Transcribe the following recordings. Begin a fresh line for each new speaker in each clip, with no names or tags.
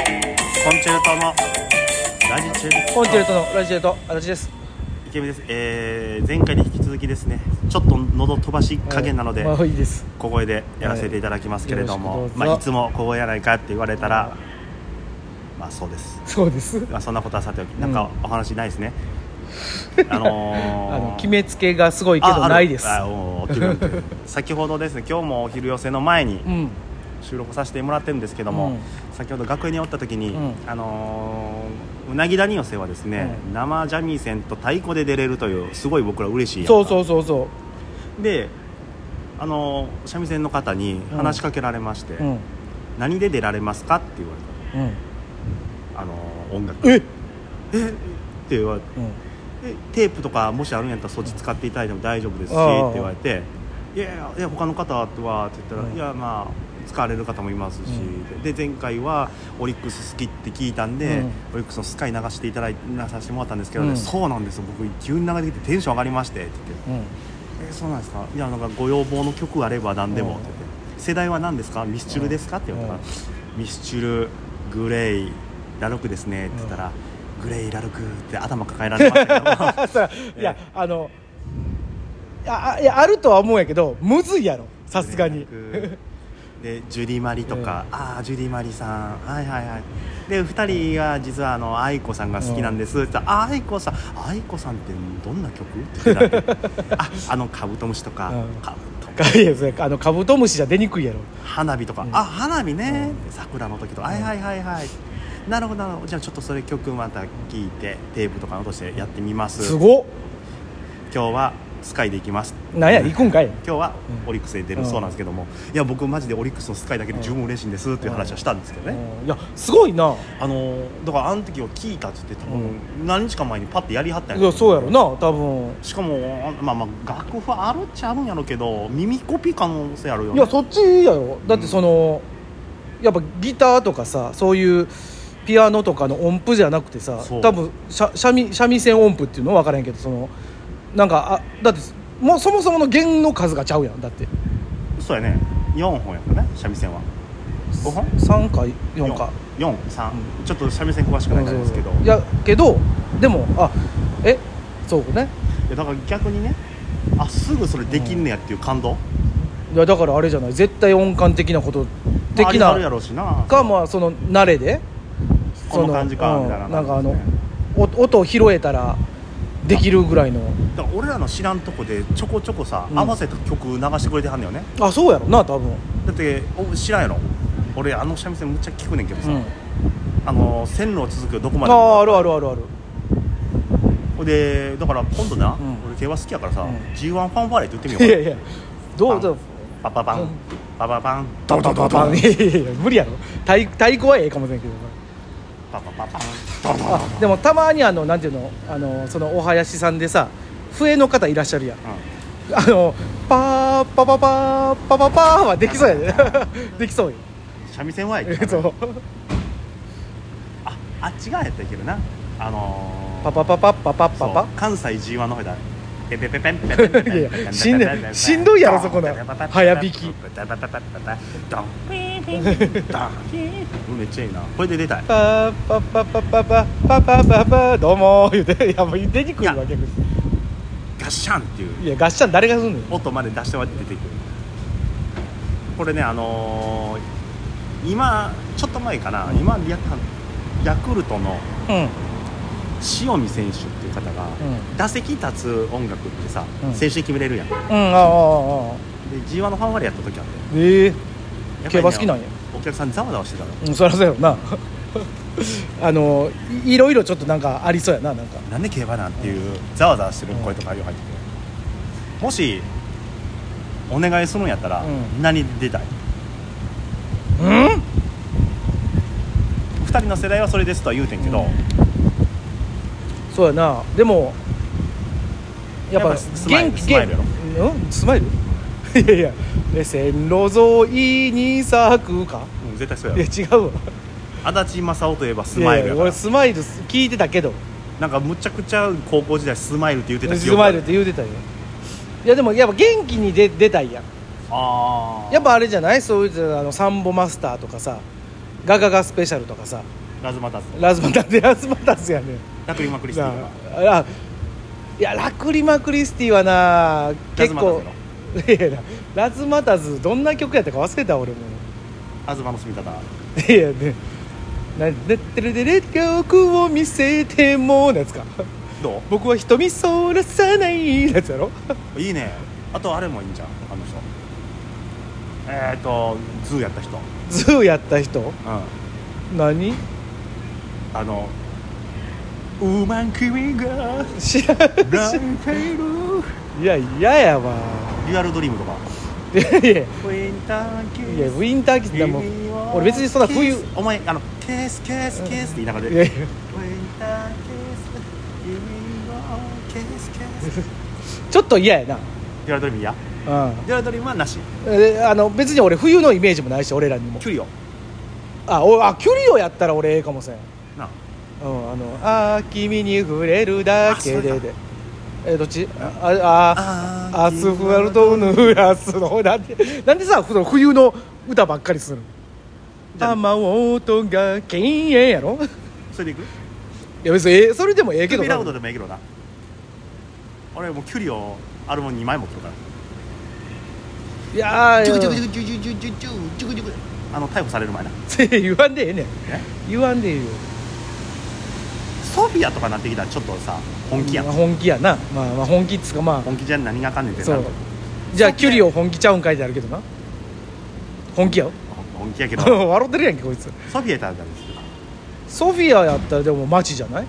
コンチェルトのラジチュー
コンチェルトのラジエと足立です
池見です、えー、前回に引き続きですねちょっと喉飛ばし加減なので、
まあいいです
小声でやらせていただきますけれども、
はいよろしくどうぞ
まあ、いつも小声やないかって言われたらまあそうです、
そうです
まあ、そんなことはさておきなんかお話ないです ね、あのー
あの決めつけがすごいけ
あ
ど
ある
ないです
あおーおーおーお ー先ほどですね今日もお昼寄せの前に
うん
収録させてもらってるんですけども、
うん
先ほど学園におった時に、
うん
あのーうなぎ谷寄せはですね、生ジャミー線と太鼓で出れるというすごい僕ら嬉しいやんか
そうそうそうそ
であのー三味線の方に話しかけられまして、
ううん
何で出られますか?」って言われ
うん
たあのー音楽
え
えって言われて
うん
えテープとかもしあるんやったらそっち使っていただいても大丈夫ですし」っ
ああ
て言われて「いやいやいや他の方は?」って言ったら「
うん
いやまあ使われる方もいますし」
う
で前回はオリックス好きって聞いたんで、
うん
オリックスのスカイ流していただい流させてもらったんですけどね、
うん
そうなんですよ僕急に流れてきてテンション上がりまして」って言って
う
「
ん
えそうなんですかいやなんかご要望の曲あれば何でも」
う
っ
ん
て言って「世代は何ですかミスチュルですか?」って言われたら「
う
ミスチュルグレイラルクですね」って言ったら「グレイラルク」って頭抱えられましたけども。
あそらいやあのいやあいやあるとは思うんやけどむずいやろさすがに
でジュディ・マリとか、ああジュディ・マリさんはいはいはいで2人が実はあの愛子さんが好きなんですって言ったら「あー愛子さん愛子さんってどんな曲?」って聞いたって ああのカブトムシとか、
うん
カブトムシ
いやそれ あのカブトムシじゃ出にくいやろ
花火とか、
うん
あ花火ね、桜の時とか、はいはいはいはいなるほどなるほどじゃあちょっとそれ曲また聞いてテープとか落としてやってみます
すごっ
今日はスカイでいきます
なんや行くんかい
今日は
うん
オリックスで出る
うん
そうなんですけども、いや僕マジでオリックスのスカイだけで十分嬉しいんですっていう話はしたんですけどね、
うんいやすごいな
あのーだからあの時を聞いたっつって多分何日か前にパッてやりはったん
いやそうやろ
ろ
な多分
しかもまあまあ楽譜あるっちゃあるんやろうけど耳コピー可能性あるよ
い
ね
やそっちやろだってその、やっぱギターとかさそういうピアノとかの音符じゃなくてさ
そう
多分しゃ三味三味線音符っていうのは分からへんけどそのなんかあだってもうそもそもの弦の数がちゃうやんだって
そうやね4本やったね三味線は5本
3か4か
43、ちょっと三味線詳しくないんですけど、
いやけどでもあえそうね
いやだから逆にねあすぐそれできんねやっていう感動、
いやだからあれじゃない絶対音感的なこと的
まああ
な
るやろうしな
かまあその慣れで
この感じか
その
みたいな
うん、なんかあの
感じですね
お音を拾えたらできるぐらいの
だから俺らの知らんとこでちょこちょこさ、
うん
合わせた曲流してくれてはんのよね
あそうやろな多分、
だってお知らんやろ俺あの三味線むっちゃ聞くねんけど
う
さ、
ん、
あの線路を続くどこ
あ
まで
あ
も
あるあるあるある
ほいでだから今度な、
うん
俺競馬好きやからさ、
うん
G1 ファンファーレって言ってみよう
い
か
やいやどうぞ
パパパンパパパン
ドドドドンいやいやいや無理やろ太太鼓はええかもしれんけど
パパパパン
あでもたまにあのなんていうのあのそのお囃子さんでさ笛の方いらっしゃるやんあのパーパパパーパパパーはできそうやで できそうよ
うん三味線はいいけど
そう
ああっち側やったらいけるなあのー、
パパパパパパパ
そう
パ
関西 G1 の方だペペペペンペペペ
いやいやしんどいしんどいやろそこの早弾き
ドンドンめっちゃいいなこれで出たい
パーパパパパパパパパパどうもー言うていやもう出にくいわ
いや
逆に
ガッシャンっていう
いやガッシャン誰がすんのよ
音まで出しては出てくるこれねあのー今ちょっと前かな、
うん
今やったヤクルトの
うん
塩見選手っていう方が、
ん
打席立つ音楽ってさ、
うん
選手で決めれるやんで
うんああああ
G1 のファン割りやった時あって
ええ
やっぱりね
競馬好きなんや
お客さんざわざわしてたの
うん、そりゃそうやろな あのいいろいろちょっとなんかありそうやななんか
なんで競馬なんっていうざわざわしてる声とかよう入っててもしお願いするんやったら、
うん
何出たい
うん
2人の世代はそれですとは言うてんけど、
うんそうやなでもやっぱ
やっぱスマイル
元気
スマイルやろ
元気うんスマイル いやいやえ線路沿いに咲くか
うん絶対そう
いや
や
違うわ
ろ足立正雄といえばスマイルや
いやい
か
や
ら
俺スマイル聞いてたけど
なんかむちゃくちゃ高校時代スマイルって言ってた
ス
記憶
マ
あ
イ
る
ルって言うてたよいやでもやっぱ元気に出出たいやん
ああ
やっぱあれじゃないそういうあのサンボマスターとかさガガガスペシャルとかさ
ラズマタス
ラズマタスラズマタスやね
ラクリマクリスティとか
ああいやラクリマクリスティはな結構いやいやラズマタズどんな曲やったか忘れた俺も
東の住み方
いやねなでてるでれ曲を見せてものやつか
ど
僕は瞳そらさないやつやろ
ういいねあとあれもいいんじゃんあの人えっ、ー、とズーやった人うん
ズーやった人何
あの「ウーマン君が
知らん
泣いている
いや嫌やわ」
リアルドリームとか
いやいや
「ウィンターキ
いやウィンターキスだもん俺別にそんな冬い
お前あの「ケースケースケース」って言いながら
やいや
で「ウィンターキス君をケースケース」
ちょっと嫌や
リアルドリームいや
なうん
リアルドリームはなし
えあの別に俺冬のイメージもないし俺らにも
キュリオ
あおあキュリオやったら俺ええかもせん
なあ
うん、あの「あー君に触れるだけ
あそ
で」
うだ
でえどっちあああアスファルトヌラスのなんでなんでさその冬の歌ばっかりする
じ
の
ゃあ
雨音が禁煙やろ
それでいく
いや別にええそれでもええけ
キュ
ど
ビラウドでもええけどな俺もうキュリオアルバム2枚持ってるから
いやー
ジュクジュク
い
ジュクジュクジュクジュクジュクジュクジュクあの逮捕される前な
や言わんでええねん言わんでええよ
ソフィアとかなってきたらちょっとさ本気やん
まあ本気やな、まあ、まあ本気っつうかまあ
本気じゃ何があかんねんって
そ
な
う
る
じゃあキュリオ本気ちゃうんかいであるけどな本気やろ
本気やけど ソ
笑ってるやんけこいつ
フィアやったらダメですよ
ソフィアやったらでも街じゃない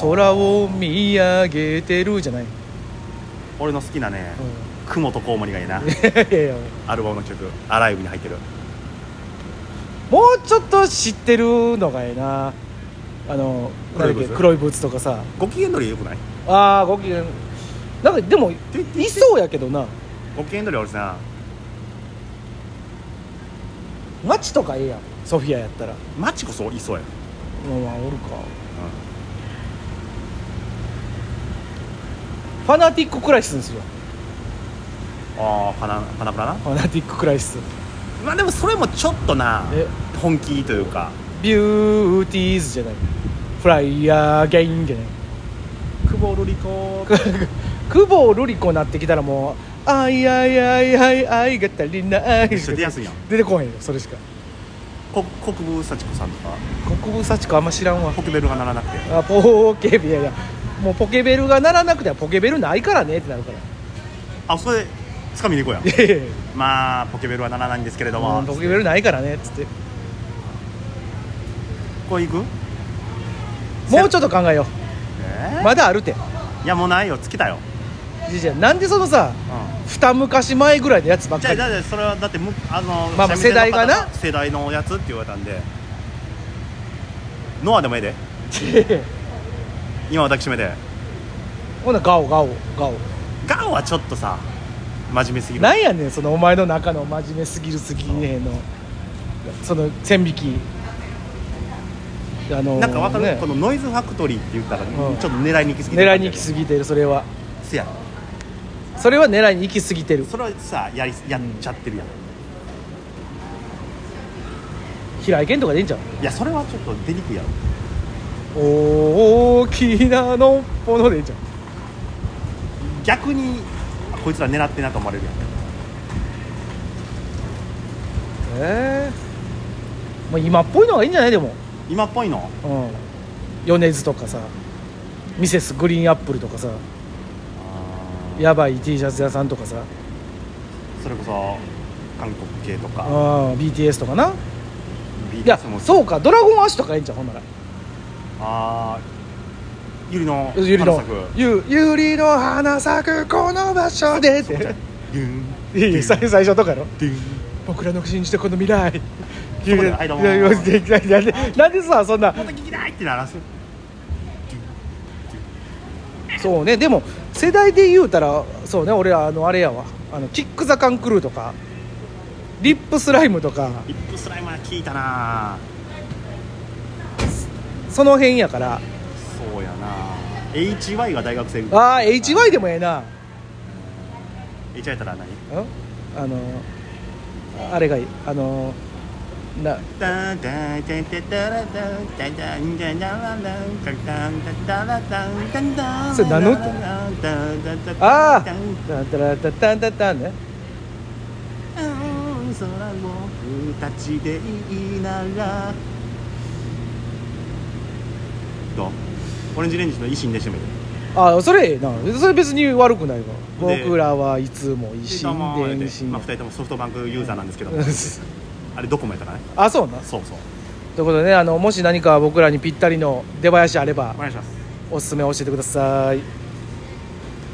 空を見上げてるじゃない、うん
俺の好きなね雲とコウモリがいいな
いやいやいや
アルバムの曲「アライブ」に入ってる
もうちょっと知ってるのがええなあのなんだっけ黒
黒
いブーツとかさ
ご機嫌取りよくない
ああご機嫌なんかでもいそうやけどな
ご機嫌取り俺さ
街とかええやんソフィアやったら
マチこそいそうやん
まあまあおるかファナティッククライシスにするわ
ああ花花プラな
ファナティッククライシス
まあでもそれもちょっとな
え
本気というか
ビューティーズじゃないフライヤーゲインじゃない
久保瑠璃 子
久保瑠璃子なってきたらもう「あいあいあいあいあいが足りない」
一緒に出やすいやん
出てこへんよそれしか
こ国分幸子さんとか
国分幸子あんま知らんわ
ポケベルが鳴らなくて
あポケベルいやいやもうポケベルが鳴らなくてはポケベルないからねってなるから
あそれつかみに行こうや
いやいやいや
まあポケベルはならないんですけれども
もうポケベルないからねっつって
これ行く
もうちょっと考えよ
え
う
ー
まだあるて
いやもうないよつけたよ、
じいじゃんなんでそのさ
う
二昔前ぐらいのやつばっ
ん、じ
か
ゃあ
り
だってそれはだってむあの、
まあま
三
あ
味線の
世代がな
方世代のやつって言われたんでノアでもええで今私めで
ほなガオガオガオ
ガオはちょっとさ真面目すぎる
なんやねんそのお前の中の真面目すぎるすぎねえのその線引きあのー
なんかわかる、
ね
このノイズファクトリーって言ったら、ちょ
ん
っと狙いに行きすぎてる
狙いに行き過ぎてるそれは
せやろ
それは狙いに行き過ぎてる
それはさやりやっちゃってるやん、
平井堅とかでいいんちゃう
いやそれはちょっと出にくいやろ
大きなのっぽのでいいんちゃう
逆にあこいつら狙ってんなと思われるやん
ええもう今っぽいのがいいんじゃないでも、
今っぽいの
うん、米津とかさミセスグリーンアップルとかさやばい T シャツ屋さんとかさ
それこそ韓国系と
あ
か
ー BTS とかな
BTS
いや
も
そうかドラゴンアッシュとかいいんちゃうほんなら
ああゆりの
ゆりの
花咲く
ゆゆりの花咲くこの場所でっ
そこじゃ
て
んドゥン
いいいい最 最初とかやろ
ドゥン
僕らの信じたこの未来
そこではいどうも
いやいやいやいやいや なんでさそんな
また聞きたいってならす
そうねでも世代で言うたらそうね俺らあのあれやわあのキック・ザ・カンクルーとかリップスライムとか
リップスライムは聞いたな
その辺やから
そうやな HY が大学生
ああ HY で
も
もええな
HY やったら何
うんあのあれがいいあのな
タンタンタンタンタラタンタンタンタンタラタンタンタンタラタンタンタン
それ何の歌
タンタンタンタン
ああ
タン
だだらだだだだね
うん空僕たちでいいならどうオレンジレンジの維新でしてみる
ああそれええなそれ別に悪くないわ
で
僕らはいつも維
でまあ
新伝心
2人ともソフトバンクユーザーなんですけどあれどこもやったかね
あそうな
そうそう
ということでねあのもし何か僕らにぴったりの出囃子あれば
お願いします
おすすめ教えてください